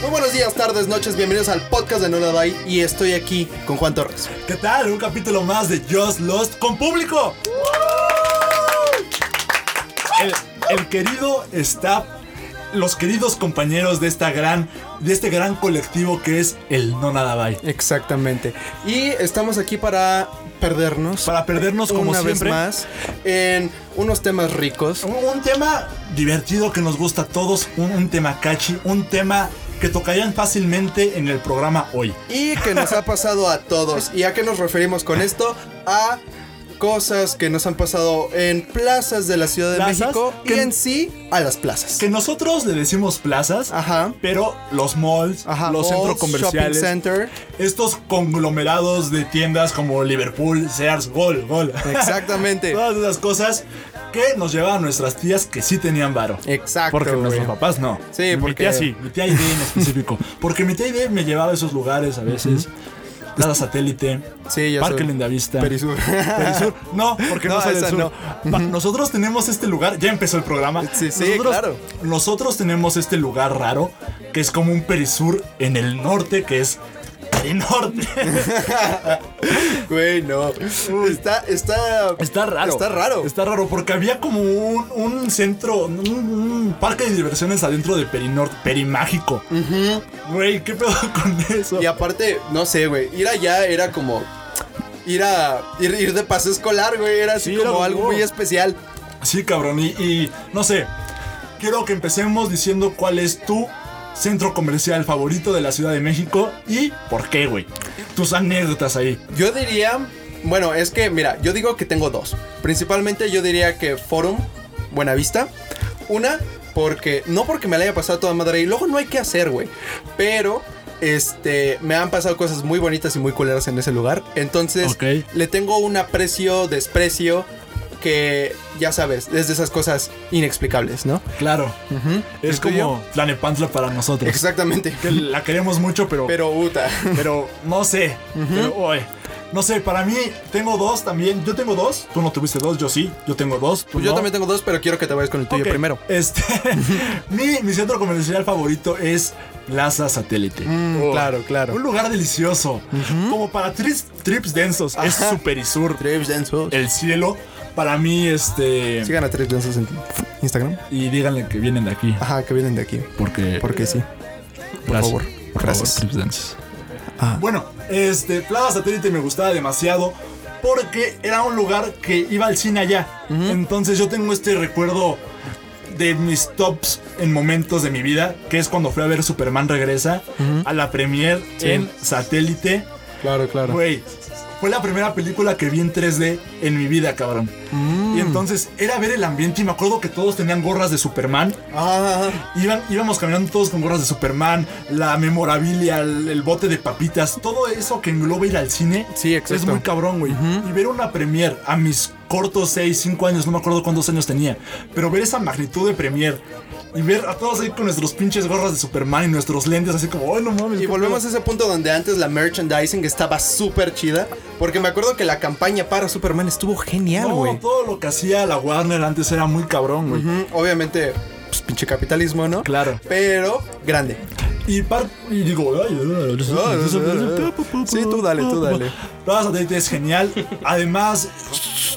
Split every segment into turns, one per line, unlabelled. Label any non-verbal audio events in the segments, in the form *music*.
Muy buenos días, tardes, noches, bienvenidos al podcast de Nola Bay y estoy aquí con Juan Torres.
¿Qué tal? Un capítulo más de Just Lost con público. El, el querido staff, los queridos compañeros de esta gran, de este gran colectivo que es el No Nada Bye.
Exactamente. Y estamos aquí para perdernos.
Para perdernos como
una
siempre.
vez más en unos temas ricos.
Un, un tema divertido que nos gusta a todos, un, un tema catchy, un tema que tocarían fácilmente en el programa hoy.
Y que nos ha pasado a todos. ¿Y a qué nos referimos con esto? A cosas que nos han pasado en plazas de la Ciudad de
Plazas
México y
que-
en sí a las plazas.
Que nosotros le decimos plazas,
Ajá.
pero los malls,
Ajá.
los
malls,
centros comerciales,
Shopping center.
estos conglomerados de tiendas como Liverpool, Sears, Gol, Gol.
Exactamente.
*laughs* Todas esas cosas que nos llevaban nuestras tías que sí tenían varo.
Exacto.
Porque nuestros
güey.
papás no.
Sí,
Mi
porque-
tía sí, mi tía ID en
*laughs*
específico. Porque mi tía ID me llevaba a esos lugares a veces. Plaza Satélite,
Sí, ya
Parque
sé.
Lindavista.
Perisur. *laughs*
Perisur. No, porque no,
No,
soy del
esa
sur.
no.
Pa- Nosotros tenemos este lugar. Ya empezó el programa.
Sí, sí,
nosotros,
claro.
Nosotros tenemos este lugar raro que es como un Perisur en el norte, que es el
*laughs*
norte.
Güey, no. Está, está.
Está raro.
Está raro.
Está raro porque había como un, un centro, un, un parque de diversiones adentro de Perinor, Perimágico. Güey, ¿qué pedo con eso?
Y aparte, no sé, güey. Ir allá era como. Ir a. Ir, ir de paso escolar, güey. Era así
Sí, era
como
como-
algo muy especial.
Sí, cabrón. Y, y, no sé, quiero que empecemos diciendo cuál es tu centro comercial favorito de la Ciudad de México y por qué, güey. Tus anécdotas ahí.
Yo diría. Bueno, es que, mira, yo digo que tengo dos. Principalmente yo diría que Forum, Buenavista. Una, porque. No porque me la haya pasado toda madre. Y luego no hay que hacer, güey. Pero. Este, me han pasado cosas muy bonitas y muy culeras en ese lugar. Entonces,
Ok.
le tengo un aprecio, desprecio, que ya sabes, es de esas cosas inexplicables, ¿no?
Claro. Es
¿El tuyo?
como Tlanepantla para nosotros.
Exactamente.
que la queremos mucho,
*laughs*
pero
Pero puta.
Pero no sé. Pero, oye, no sé, para mí tengo dos también. Yo tengo dos. Tú no tuviste dos, yo sí. Yo tengo dos. tú
Pues yo
no.
también tengo dos, pero quiero que te vayas con el tuyo
Ok,
primero.
Este, *laughs* mi, mi centro comercial favorito es Plaza Satélite.
Mm.
Oh,
claro, claro.
Un lugar delicioso. Como para trips, trips densos. Es
Ajá.
super y sur.
Trips Densos.
El cielo. Para mí, este.
Sigan a Trips Densos en Instagram.
Y díganle que vienen de aquí.
Ajá, que vienen de aquí.
Porque.
Porque sí. por
Gracias.
favor.
Por
Gracias.
favor, Clips Dances.
Ah.
Bueno, este, Plaza Satélite me gustaba demasiado porque era un lugar que iba al cine allá. Entonces yo tengo este recuerdo de mis tops en momentos de mi vida, que es cuando fui a ver Superman Regresa a la premier en Satélite.
Claro, claro.
Güey, fue la primera película que vi en 3D en mi vida, cabrón.
Mm.
Y entonces era ver el ambiente y me acuerdo que todos tenían gorras de Superman.
Ah,
Iban- íbamos caminando todos con gorras de Superman, la memorabilia, el, el bote de papitas, todo eso que engloba ir al cine.
Sí, exacto.
Es muy cabrón, güey. Y ver una premier a mis cortos 6, 5 años, no me acuerdo cuántos años tenía, pero ver esa magnitud de premier y ver a todos ahí con nuestros pinches gorras de Superman y nuestros lentes así como, oh, no mames.
y
qué
volvemos a
pedo".
ese punto donde antes la merchandising estaba súper chida. Porque me acuerdo que la campaña para Superman estuvo genial, güey.
No, todo lo que hacía la Warner antes era muy cabrón, güey.
Mm, Obviamente, pues, pinche capitalismo, ¿no?
Claro.
Pero grande.
Y, par- y digo, ay, ay, ay,
Sí, tú dale, tú dale.
Plaza Satélite es genial. Además,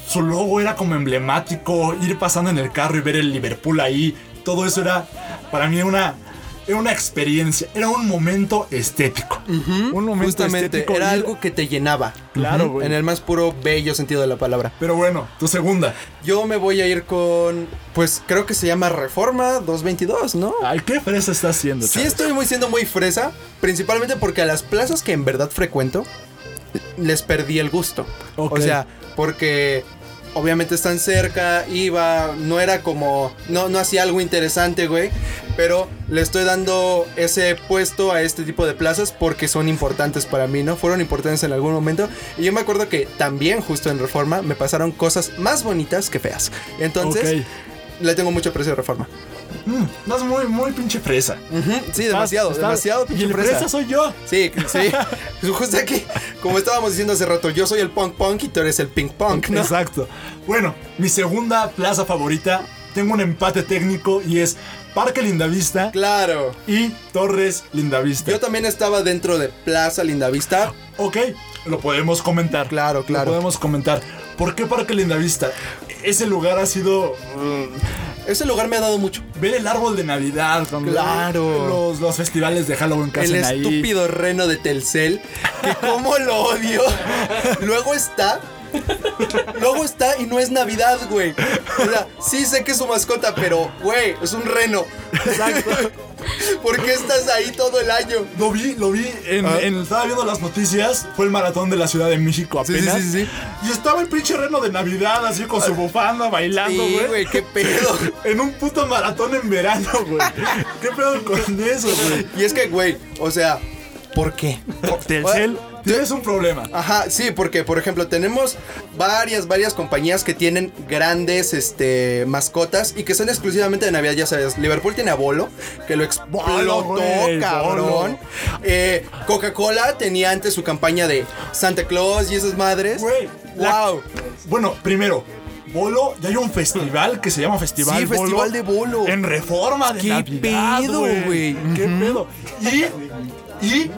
su logo era como emblemático. Ir pasando en el carro y ver el Liverpool ahí. Todo eso era para mí una, era una experiencia. Era un momento estético. Un momento
Justamente,
estético.
era
Y-
algo que te llenaba.
Claro,
Ujú,
güey.
En el más puro bello sentido de la palabra.
Pero bueno, tu segunda.
Yo me voy a ir con, pues creo que se llama Reforma 222, ¿no?
Ay, ¿qué fresa está haciendo?
Sí
Charlie?
estoy muy siendo muy fresa, principalmente porque a las plazas que en verdad frecuento les perdí el gusto.
Ok.
O sea, porque obviamente están cerca, iba, no era como, no, no hacía algo interesante, güey. Pero le estoy dando ese puesto a este tipo de plazas porque son importantes para mí, ¿no? Fueron importantes en algún momento. Y yo me acuerdo que también justo en Reforma me pasaron cosas más bonitas que feas. Entonces,
Ok.
le tengo mucho aprecio a Reforma.
Mm, estás muy, muy pinche fresa.
Sí, demasiado,
Estás-
demasiado
Y
pinche
el
fresa.
fresa soy yo.
Sí, sí. *laughs* Justo aquí, como estábamos diciendo hace rato, yo soy el punk punk y tú eres el pink punk, *laughs* ¿no?
Exacto. Bueno, mi segunda plaza favorita, tengo un empate técnico y es Parque Lindavista
Claro.
y Torres Lindavista.
Yo también estaba dentro de Plaza Lindavista.
Ok, lo podemos comentar.
Claro, claro.
Lo podemos comentar. ¿Por qué Parque Lindavista? Ese lugar ha sido... mm,
Ese lugar me ha dado mucho.
ver el árbol de Navidad. cuando-
Claro.
Los, los festivales de Halloween que
El
hacen ahí.
estúpido reno de Telcel, que cómo lo odio. Luego está. Luego está y no es Navidad, güey. O sea, sí sé que es su mascota, pero, güey, es un reno.
Exacto.
*laughs* ¿Por qué estás ahí todo el año?
Lo vi, lo vi, en,
Ah.
en- estaba viendo las noticias, fue el maratón de la Ciudad de México
Sí, sí,
apenas.
sí, sí. Ah.
Y estaba el pinche reno de Navidad, así con su bufanda, bailando,
Sí,
güey.
güey, qué pedo.
en un puto maratón en verano, güey. *laughs* ¿Qué pedo con eso, güey?
Y es que, güey, o sea, ¿por qué?
Telcel, tienes un problema.
Ajá, sí, porque por ejemplo tenemos varias, varias compañías que tienen grandes este, mascotas y que son exclusivamente de Navidad, ya sabes, Liverpool tiene a Bolo, que lo explotó,
Bolo, güey,
cabrón.
Bolo.
Eh, Coca-Cola tenía antes su campaña de Santa Claus y esas madres.
Güey, la-
wow.
Bueno, primero, Bolo, ya hay un festival que se llama Festival
Sí,
Bolo.
Festival de Bolo.
En reforma de
¿Qué
Navidad,
pedo, güey?
¿Qué pedo? Y, y,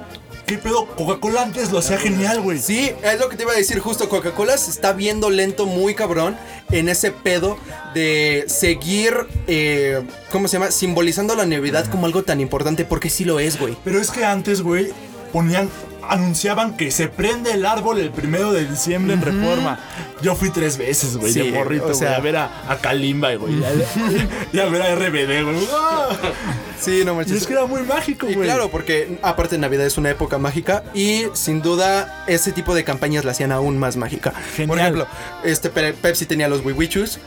¿qué pedo? Coca-Cola antes lo hacía genial, güey.
Sí, es lo que te iba a decir justo. Coca-Cola se está viendo lento, muy cabrón, en ese pedo de seguir, eh, ¿cómo se llama? Simbolizando la Navidad como algo tan importante, porque sí lo es, güey.
Pero es que antes, güey, ponían, anunciaban que se prende el árbol el primero de diciembre en Reforma. Yo fui tres veces, güey,
Sí,
de morrito,
o
güey,
sea-
a ver a, a Kalimba, güey, y a, y a ver a RBD, güey. ¡Ah!
Sí, no
Y es que era muy mágico,
Y
güey.
claro, porque aparte Navidad es una época mágica y sin duda ese tipo de campañas la hacían aún más mágica. Por
Genial.
ejemplo, este Pe- Pepsi tenía los Wiwichus,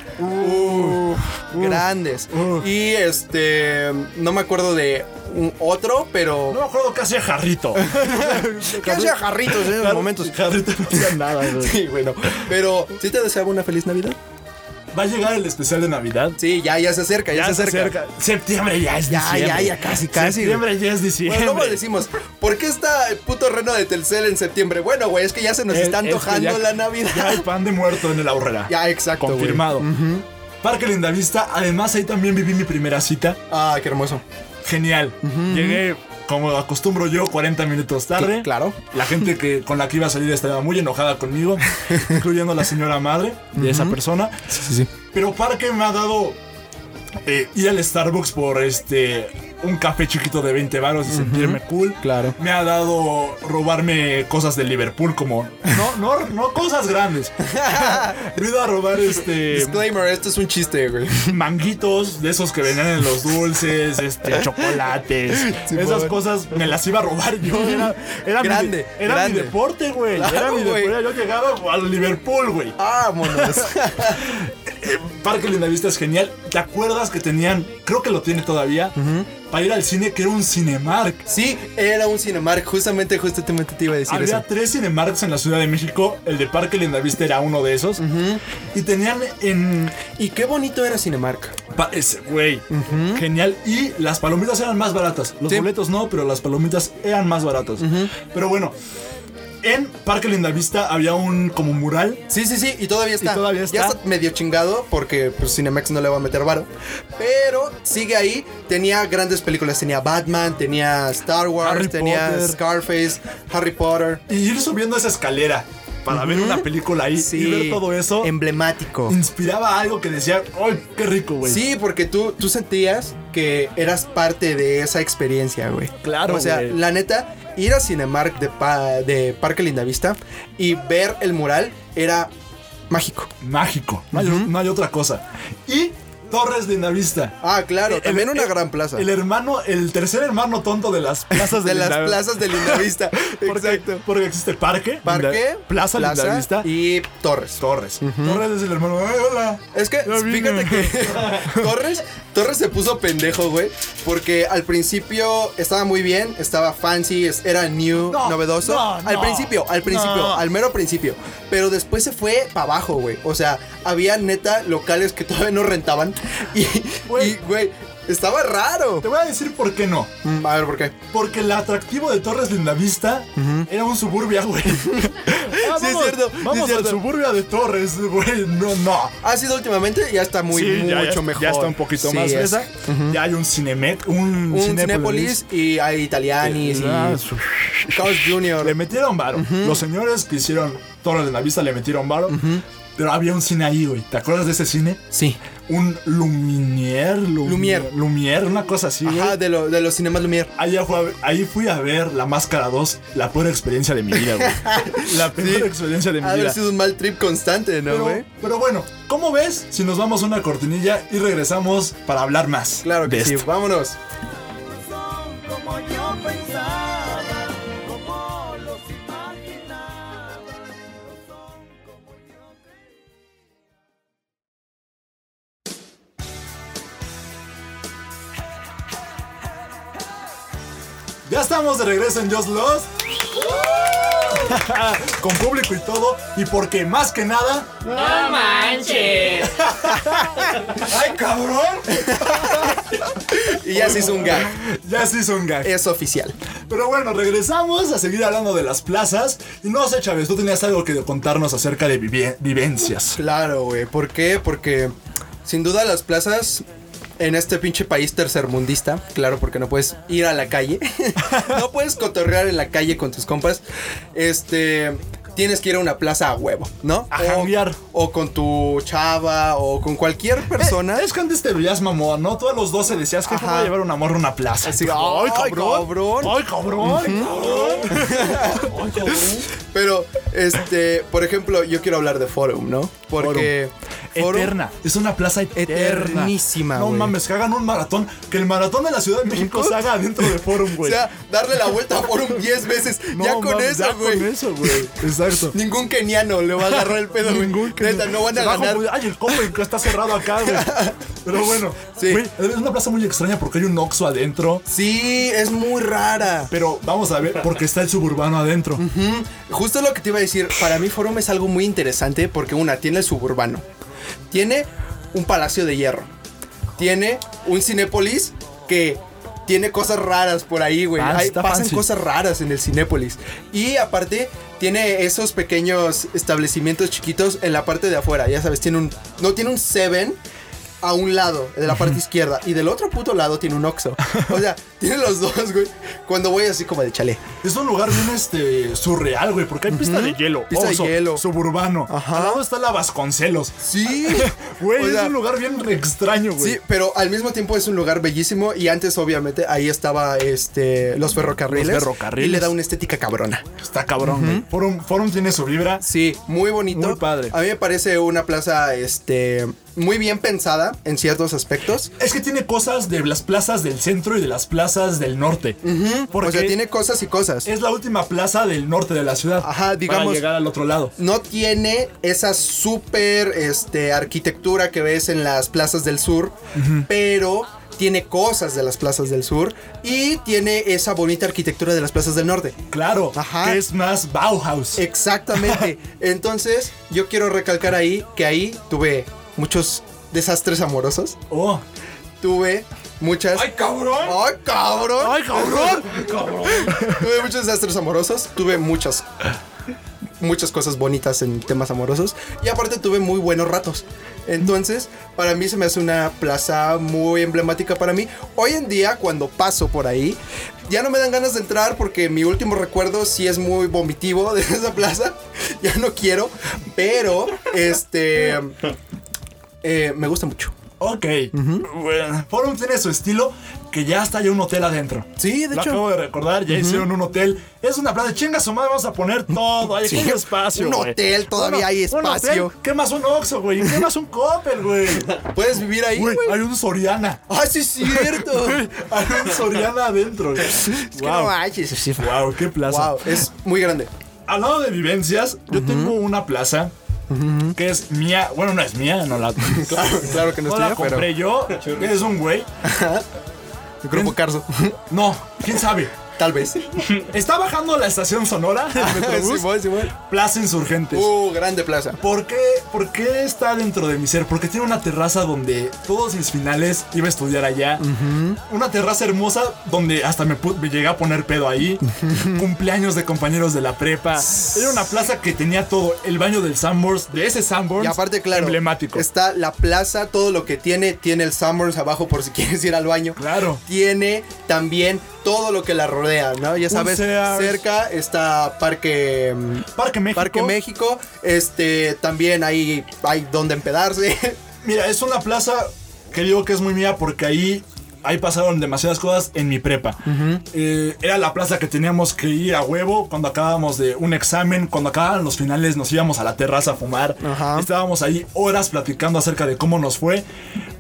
grandes.
uh.
Y este, no me acuerdo de un otro, pero...
No me acuerdo qué
*laughs*
hacía Jarrito.
¿Qué hacía Jarritos en esos momentos?
Jarrito no hacía nada, güey.
Sí, bueno. Pero, ¿sí te deseaba una feliz Navidad?
¿Va a llegar el especial de Navidad?
Sí, ya, ya se acerca, ya, se acerca.
Septiembre ya es
Ya,
diciembre.
ya, ya, casi, casi,
Septiembre ya es diciembre.
Bueno, luego decimos, ¿por qué está el puto reno de Telcel en septiembre? Bueno, güey, es que ya se nos
Eh, Es-
está
es que
antojando
ya-
la
Ya
Navidad.
hay pan de muerto en el ahorrera.
*laughs* Ya, exacto, güey.
Confirmado. Parque Lindavista, además ahí también viví mi primera cita.
Ah, qué hermoso.
Genial. Llegué, como acostumbro yo, 40 minutos tarde.
Sí, claro.
La gente que, con la que iba a salir estaba muy enojada
*laughs*
conmigo, incluyendo a la señora madre de esa persona.
Sí, sí, sí.
Pero Parque me ha dado eh, ir al Starbucks por este un café chiquito de 20 varos y sentirme cool.
Claro.
Me ha dado robarme cosas de Liverpool como no no no cosas
*laughs*
grandes. *laughs* me he ido a robar este
Disclaimer, esto es un chiste,
*laughs*
güey.
manguitos de esos que venían en los
*laughs*
dulces, este chocolates.
Sí,
Esas
por-
cosas me las iba a robar yo. Era, era mi-
Grande,
era mi,
grande.
deporte, güey. era
Claro,
mi
güey.
deporte. Yo llegaba al Liverpool, güey.
Vámonos.
Parque Lindavista es genial. ¿Te acuerdas que tenían, creo que lo tiene todavía, para ir al cine que era un Cinemark?
sí, era un Cinemark. Justamente, justamente te iba a decir
Había
eso.
tres Cinemarks en la Ciudad de México. El de Parque Lindavista era uno de esos. Y tenían en.
Y qué bonito era Cinemark.
pa- ese, Güey, genial. Y las palomitas eran más baratas. Los
Sí.
boletos no, pero las palomitas eran más baratas. Pero bueno, en Parque Lindavista había un como mural.
Sí, sí, sí, y todavía está.
todavía
Ya
está.
está medio chingado porque pues, Cinemax no le va a meter varo. Pero sigue ahí. Tenía grandes películas. Tenía Batman, tenía Star Wars,
Harry
tenía
Potter.
Scarface, Harry Potter.
Y ir subiendo esa escalera para ver una película ahí y ver todo eso.
Em, Emblemático.
inspiraba algo que decía, ¡ay, qué rico, güey!
Sí, porque tú, tú sentías que eras parte de esa experiencia, güey.
Claro,
O sea,
güey.
la neta, ir a Cinemark de, pa- de Parque Lindavista y ver el mural era mágico.
Mágico. No hay, no hay otra cosa. Y Torres Lindavista.
Ah, claro,
El-
también una
el-
gran plaza.
El hermano, el tercer hermano tonto de
*laughs*
las plazas de,
de las
Lindav-
plazas de Lindavista.
*laughs* Porque,
Exacto.
Porque existe parque,
Parque,
Linda- plaza, Lindavista y
y Torres.
Torres. Torres es el hermano. "Ay, hola!
Es que,
Ya
fíjate
vine".
que *laughs* Torres, Torres se puso pendejo, güey. Porque al principio estaba muy bien, estaba fancy, es- era new,
No,
novedoso.
no,
al
no,
principio, al principio,
no.
al mero principio. Pero después se fue para abajo, güey. O sea, había neta locales que todavía no rentaban. Y,
Güey.
y, güey, Estaba raro.
Te voy a decir por qué no.
Mm, a ver, ¿por qué?
Porque el atractivo de Torres Lindavista era un suburbia,
*laughs*
güey. Ah,
Sí, es cierto, sí, es
Vamos al
cierto.
suburbia de Torres, güey. No, no.
Ha sido últimamente y ya está muy,
Sí,
mucho
ya- ya,
mejor.
Ya está un poquito
Sí,
más
es
fresa. Ya hay un Cinemet, un, Eh,
Un Cinépolis y hay Italianis
Ah,
y
su-
Carl's
Le
Jr.
metieron varo. Los señores que hicieron Torres de la Vista le metieron varo. Pero había un cine ahí, güey. ¿Te acuerdas de ese cine?
Sí.
Un Lumière, Lumi-
Lumière.
Lumière, una cosa así, güey.
Ajá, de, lo- de los cinemas Lumière.
Allá fue a ver- ahí fui a ver La Máscara 2, la peor experiencia de mi
*laughs*
vida, güey. la peor experiencia de mi
Ha de haber
vida.
sido un mal trip constante, ¿no,
Pero,
güey?
pero bueno, ¿cómo ves si nos vamos a una cortinilla y regresamos para hablar más?
Claro que
de
sí,
esto?
vámonos.
son como yo pensaba, como los imaginaba, no son como yo creía.
Ya estamos de regreso en Just Lost.
*laughs*
Con público y todo, y porque más que nada. ¡No manches! ¡Ay, cabrón!
Y ya se hizo un gag.
Ya sí hizo un gag.
Es oficial.
Pero bueno, regresamos a seguir hablando de las plazas. Y no sé, Chávez, tú tenías algo que contarnos acerca de vivi- vivencias.
Claro, güey. ¿Por qué? Porque sin duda las plazas en este pinche país tercermundista, claro, porque no puedes ir a la
*laughs*
calle, no puedes cotorrear en la calle con tus compas, este, tienes que ir a una plaza a huevo, ¿no?
A
O-
janguear.
O, con tu chava o con cualquier persona.
Eh, *laughs* es que antes te veías mamón, ¿no? Tú a los 12 decías que te voy a llevar una morra a una plaza.
Así,
¡Ay,
¡ay,
cabrón!
cabrón!
¡Ay, cabrón! ¡Ay, cabrón!
Pero, este, por ejemplo, yo quiero hablar de Forum, ¿no? Porque Forum-
Eterna. Es una plaza eterna.
Eternísima,
No
güey.
mames, que hagan un maratón. Que el maratón de la Ciudad de México se haga dentro de Forum,
*laughs* O
güey.
sea, darle la vuelta a Forum 10 veces.
pues. *laughs* No
ya con
mames,
eso, güey.
Ya con eso, güey. Exacto.
Ningún keniano le va a agarrar el *laughs* pedo, güey.
*laughs* Ningún
Neta, no van a
Se va
ganar.
como- Ay, el Coppel que está cerrado acá, güey.
*laughs*
Pero bueno,
Sí.
güey, es una plaza muy extraña porque hay un Oxxo adentro.
Sí, es muy rara.
Pero vamos a ver, porque está el suburbano adentro.
Justo lo que te iba a decir, para mí Forum es algo muy interesante porque una, tiene el suburbano, tiene un palacio de hierro, tiene un Cinépolis que tiene cosas raras por ahí, güey.
Ah,
Ahí
está
pasan
fancy.
cosas raras en el Cinépolis. Y aparte, tiene esos pequeños establecimientos chiquitos en la parte de afuera. Ya sabes, tiene un. No tiene un Seven. A un lado, de la parte izquierda, y del otro puto lado tiene un Oxxo. O sea, *laughs* tiene los dos, güey. Cuando voy así como de
*laughs*
chale.
Es un lugar bien este, surreal, güey, porque hay pista de hielo.
Pista de
Oxxo,
hielo.
Suburbano.
Ajá.
Al lado está la Vasconcelos.
Sí,
Güey,
O
es
sea,
un lugar bien extraño, güey.
Sí, pero al mismo tiempo es un lugar bellísimo y antes obviamente ahí estaba este los ferrocarriles,
Los ferrocarriles.
y le da una estética cabrona.
Está cabrón, güey. Forum, Forum tiene su vibra.
Sí, muy bonito.
Muy padre.
A mí me parece una plaza este muy bien pensada en ciertos aspectos.
Es que tiene cosas de las plazas del centro y de las plazas del norte. Porque
o sea, tiene cosas y cosas.
Mm, es la última plaza del norte de la ciudad.
Ajá,
Para
digamos-
llegar al otro lado.
No tiene esa súper este, arquitectura que ves en las plazas del sur, pero tiene cosas de las plazas del sur y tiene esa bonita arquitectura de las plazas del norte.
Claro,
Ajá.
que es más Bauhaus.
Eh, Exactamente. Entonces, yo quiero recalcar ahí que ahí tuve muchos desastres amorosos.
Oh.
Tuve muchas.
¡Ay, cabrón!
¡Ay, cabrón!
¡Ay,
*laughs*
cabrón!
Tuve muchos desastres amorosos. Tuve muchas. Muchas cosas bonitas en temas amorosos. Y aparte tuve muy buenos ratos. Entonces, para mí se me hace una plaza muy emblemática para mí. Hoy en día, cuando paso por ahí, ya no me dan ganas de entrar porque mi último recuerdo sí es muy vomitivo de *laughs* esa plaza. Ya no quiero. Pero, este... eh, me gusta mucho.
Ok. Bueno, Forum tiene su estilo que ya está ya un hotel adentro.
Sí, de
Lo
hecho.
acabo de recordar, ya hicieron un hotel. Es una plaza de chinga su madre, vamos a poner todo.
*laughs*
Hay
Sí.
aquí hay espacio.
Un
güey.
hotel, todavía hay
un
espacio.
hotel. ¿Qué más un Oxxo, güey? ¿Qué más un
*laughs*
Coppel, güey?
Puedes vivir ahí,
Güey,
güey.
Hay un
*laughs*
Soriana. *laughs*
¡Ah, sí es cierto!
Güey, Hay un Soriana adentro. güey. wow.
manches, sí,
wow, qué plaza.
Wow, es muy grande.
Hablando de vivencias, yo tengo una plaza que es mía. Bueno, no es mía, no la.
Claro, claro que no
No
es
la
tuya, pero.
compré yo. Es un güey.
Grupo Carso.
No, quién sabe.
Tal
*laughs*
vez.
Está bajando la estación sonora del Metrobús.
Simón, Simón.
Plaza Insurgentes.
Uh, grande plaza.
¿Por qué, ¿Por qué está dentro de mi ser? Porque tiene una terraza donde todos mis finales iba a estudiar allá. Una terraza hermosa donde hasta me, pu- me llegué a poner pedo ahí. Cumpleaños de compañeros de la prepa. Era una plaza que tenía todo. El baño del Sanborns, de ese Sanborns.
Y aparte, claro,
Emblemático.
está la plaza, todo lo que tiene, tiene el Summers abajo por si *laughs* quieres ir al baño.
Claro.
Tiene también todo lo que la rodea, ¿no? Ya sabes,
Sears.
cerca está Parque mm,
Parque México.
Parque México, este también ahí hay donde empedarse. *laughs*
Mira, es una plaza que digo que es muy mía porque ahí, ahí pasaron demasiadas cosas en mi prepa. Eh, era la plaza que teníamos que ir a huevo cuando acabábamos de un examen, cuando acababan los finales nos íbamos a la terraza a fumar.
Ajá.
Estábamos ahí horas platicando acerca de cómo nos fue.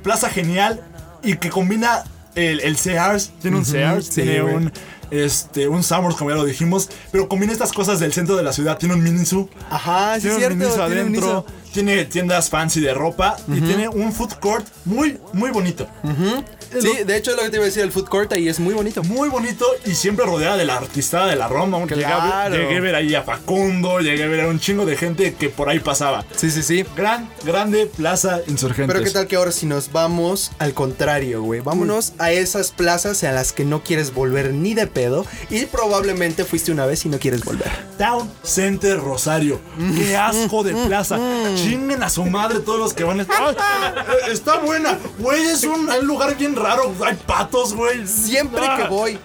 Plaza genial y que combina el, el Sears, tiene un Sears,
sí,
tiene
güey.
un... Este, un Summers, como ya lo dijimos, pero combina estas cosas del centro de la ciudad. Tiene un Minisu,
Ajá, sí es
tiene un
cierto,
Miniso
tiene un
adentro,
Miniso.
tiene tiendas fancy de ropa y tiene un food court muy, muy bonito.
Sí, de hecho es lo que te iba a decir, el food court ahí es muy bonito.
Muy bonito y siempre rodeada de la artistada de la Roma. Llegué a ver-
Claro.
Llegué, a ver ahí a Facundo, llegué a ver a un chingo de gente que por ahí pasaba.
Sí, sí, sí.
Gran, grande plaza insurgentes.
Pero qué tal que ahora si nos vamos al contrario, güey.
Mm.
Vámonos a esas plazas a las que no quieres volver ni de pedo y probablemente fuiste una vez y no quieres volver.
Town Center Rosario. Qué asco de plaza. Chinguen a su madre todos los que van. a- ¡Ay! Eh, Está buena. Güey, es un, un lugar bien raro. Hay patos, güey.
Siempre
Ah.
que voy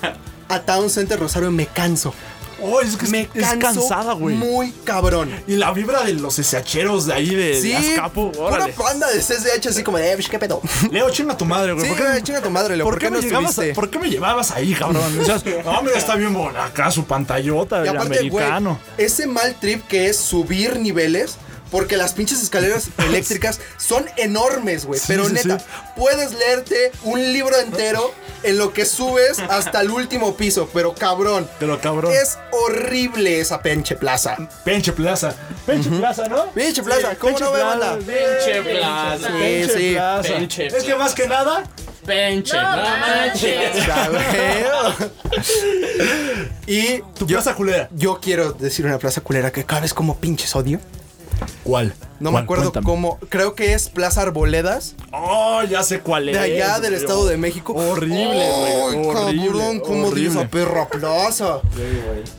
a Town Center Rosario me canso.
Oh, es que es-
Me
es,
canso
cansada, güey.
Muy cabrón.
Y la vibra de los SHeros de ahí de
Sí,
Azcapo,
una
órale.
panda de CSH así como de, "Eh, ¿qué
*laughs*
pedo?
Leo, chinga tu madre, güey.
Sí, güey, chinga tu madre, Leo,
¿por
¿por
qué
qué
me
no
llegabas a-
estuviste?
¿Por qué me llevabas ahí, cabrón?
*laughs*
Decías, no, mira, está bien buena acá su pantallota
Y
de
aparte, güey,
americano.
ese mal trip que es subir niveles. Porque las pinches
*laughs*
escaleras eléctricas son enormes, güey.
Sí,
pero
sí,
neta,
sí.
puedes leerte un libro entero en lo que subes hasta el último piso. Pero cabrón.
Pero cabrón.
Es horrible esa pinche plaza.
Penche Plaza. Penche Plaza, ¿no?
Pinche plaza, ¿cómo
Penche
no ve,
Plaza,
banda?
sí,
Penche Plaza.
Penche
Sí, sí.
Plaza.
Penche
Es que más que nada,
Penche, no,
*laughs*
manches.
Ya veo. y
tu
yo,
plaza culera.
yo quiero decir una plaza culera que cabes como pinches odio.
¿Cuál?
No me acuerdo cómo. Creo que es Plaza Arboledas.
Oh, ya sé cuál es.
De allá del
güey.
Estado de México.
Horrible, güey.
Ay, cabrón,
Horrible,
cómo odio
horrible.
esa perra plaza.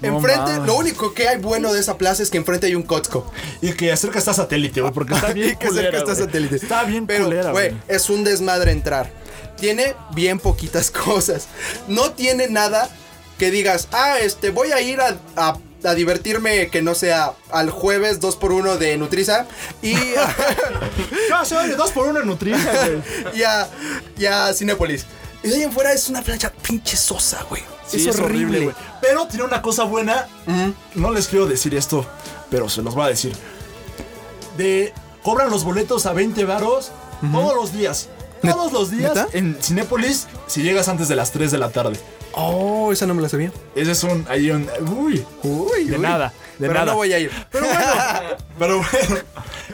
No
enfrente,
mames.
lo único que hay bueno de esa plaza es que enfrente hay un Costco.
Y que acerca está satélite, güey,
*laughs*
porque está bien
Y que cerca
culera,
está
güey.
satélite.
Está bien
Pero,
culera,
güey,
güey.
es un desmadre entrar. Tiene bien poquitas *laughs* cosas. No tiene nada que digas, ah, este, voy a ir a, a- a divertirme, que no sea al jueves 2x1 de Nutriza
*laughs*
y, *laughs*
No, Ah, se oye, dos por uno en Nutriza, güey.
*laughs* y, a, y a Cinépolis. Y de ahí en fuera es una plancha pinche sosa, güey.
Sí,
es, horrible,
güey. Pero tiene una cosa buena. No les quiero decir esto, pero se los voy a decir. De cobran los boletos a 20 varos todos los días. Todos los días
¿Neta?
en Cinépolis si llegas antes de las 3 de la tarde.
Oh, esa no me la sabía.
Ese es un ahí un uy.
Uy,
De
uy.
nada, de
Pero
nada.
no voy a ir.
Pero *laughs* bueno, pero bueno.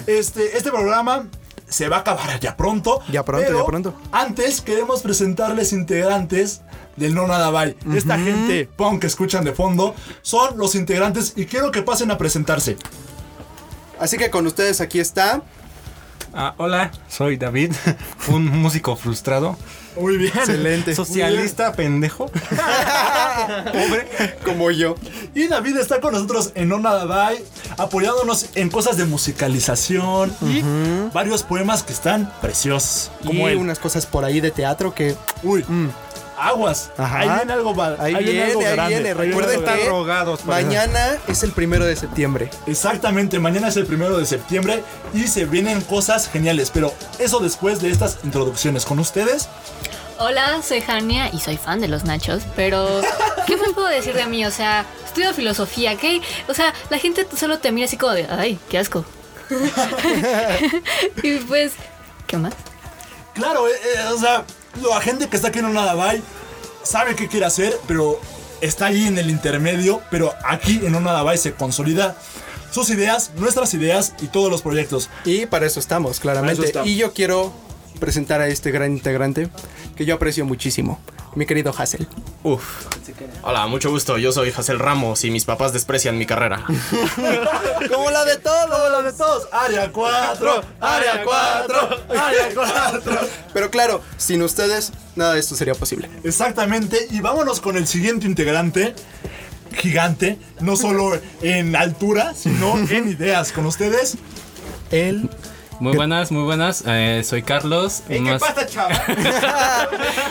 Este este programa se va a acabar ya pronto.
Ya pronto,
pero
ya pronto.
Antes queremos presentarles integrantes del No Nada Bye. Esta gente punk que escuchan de fondo son los integrantes y quiero que pasen a presentarse.
Así que con ustedes aquí está.
Ah, hola, soy David, *laughs* un músico frustrado,
Muy bien.
socialista pendejo, pobre.
Como yo.
Y David está con nosotros en No Nada Bye, apoyándonos en cosas de musicalización y varios poemas que están preciosos.
Como
Como
y
el
unas cosas por ahí de teatro que
Uy, aguas.
Ajá.
Ahí viene algo va-
Ahí, viene,
algo
ahí
grande,
viene.
ahí viene
Recuerden
algo grande.
están
que
drogados para
mañana es el primero de septiembre.
Exactamente, mañana es el primero de septiembre y se vienen cosas geniales, pero eso después de estas introducciones con ustedes.
Hola, soy Jania y soy fan de los nachos, pero ¿qué más puedo decir de mí? O sea, estudio filosofía, ¿qué? O sea, la gente solo te mira así como de, ay, qué asco. *laughs* y pues, ¿qué más?
Claro, eh, eh, o sea, la gente que está aquí en Nada Bye sabe qué quiere hacer, pero está allí en el intermedio, pero aquí en Nada Bye se consolida sus ideas, nuestras ideas y todos los proyectos.
Y para eso estamos, claramente.
Para eso estamos.
Y yo quiero presentar a este gran integrante que yo aprecio muchísimo. mi querido Hassel.
Uf. Hola, mucho gusto. Yo soy Hazel Ramos y mis papás desprecian mi carrera.
Como la de todo.
de todos. Área 4, área 4, área 4.
Pero claro, sin ustedes nada de esto sería posible.
Exactamente, y vámonos con el siguiente integrante. Gigante, no solo en altura,
*laughs*
sino en ideas. Con ustedes,
Él.
Muy buenas, muy buenas. Eh, soy Carlos. más-
chava?
*laughs*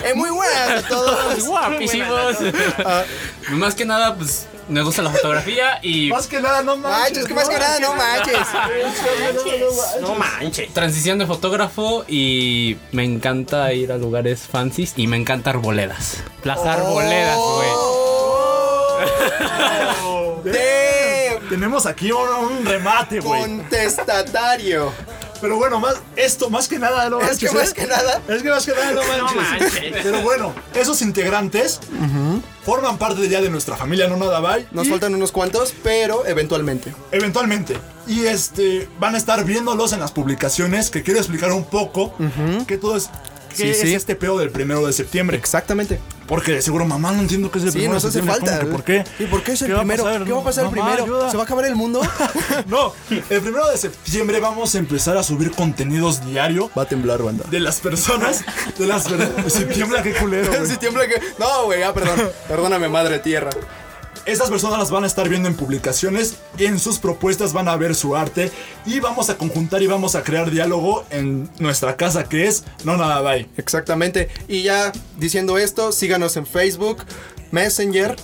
Es muy buenas a
*laughs*
todos.
Guapísimos. *laughs* Más que nada, pues me gusta la fotografía
*laughs*
y
Más que nada, no manches.
Manches, que más que nada, no manches.
No manches.
transición de fotógrafo y me encanta ir a lugares fancies y me encanta arboledas. Las arboledas, güey.
De
Tenemos aquí un, un remate, güey.
contestatario.
Pero bueno, más, esto, más que nada, no
Es
manches.
que más
¿eh?
que nada.
Es que más que nada, no manches. Pero bueno, esos integrantes forman parte ya de nuestra familia, no nada, bye.
Nos
y-
faltan unos cuantos, pero eventualmente.
Eventualmente. Y este van a estar viéndolos en las publicaciones que quiero explicar un poco que todo es qué
Sí,
es
sí.
este pedo del primero de septiembre.
Exactamente.
Porque de seguro mamá no entiendo qué es el
Sí,
primero
nos
de
hace
septiembre.
falta.
Pues ¿Cómo que ¿Por qué?
¿Y por qué es el
va a
primero?
pasar?
¿Qué va a pasar el
Mamá,
primero?
ayuda.
¿Se va a acabar el mundo?
*laughs* No, el primero de septiembre vamos a empezar a subir contenidos diario
Va a temblar, banda.
de las personas de las per- septiembre qué culero.
*laughs*
güey.
Si tiembla que. No, güey, ah,
*laughs*
perdón. Perdóname, madre tierra.
Estas personas las van a estar viendo en publicaciones, en sus propuestas van a ver su arte y vamos a conjuntar y vamos a crear diálogo en nuestra casa que es No Nada Bye.
Exactamente. Y ya diciendo esto, síganos en Facebook,
*laughs*
Messenger.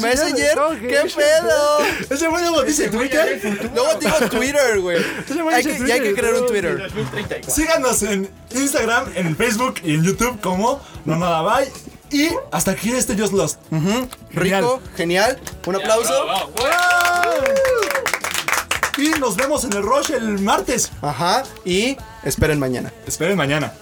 Messenger, ¿qué pedo?
Ese güey luego dice Twitter.
Luego digo Twitter,
*laughs*
güey.
güey
Hay
dice
que- Ya hay que
Twitter.
crear un Twitter.
Síganos en Instagram, en Facebook y en YouTube como No Nada Bye. Y hasta aquí este Just Lost. Genial.
Rico, genial. Un aplauso.
Y nos vemos en el Rush el martes.
Ajá. Y esperen mañana.
Esperen mañana.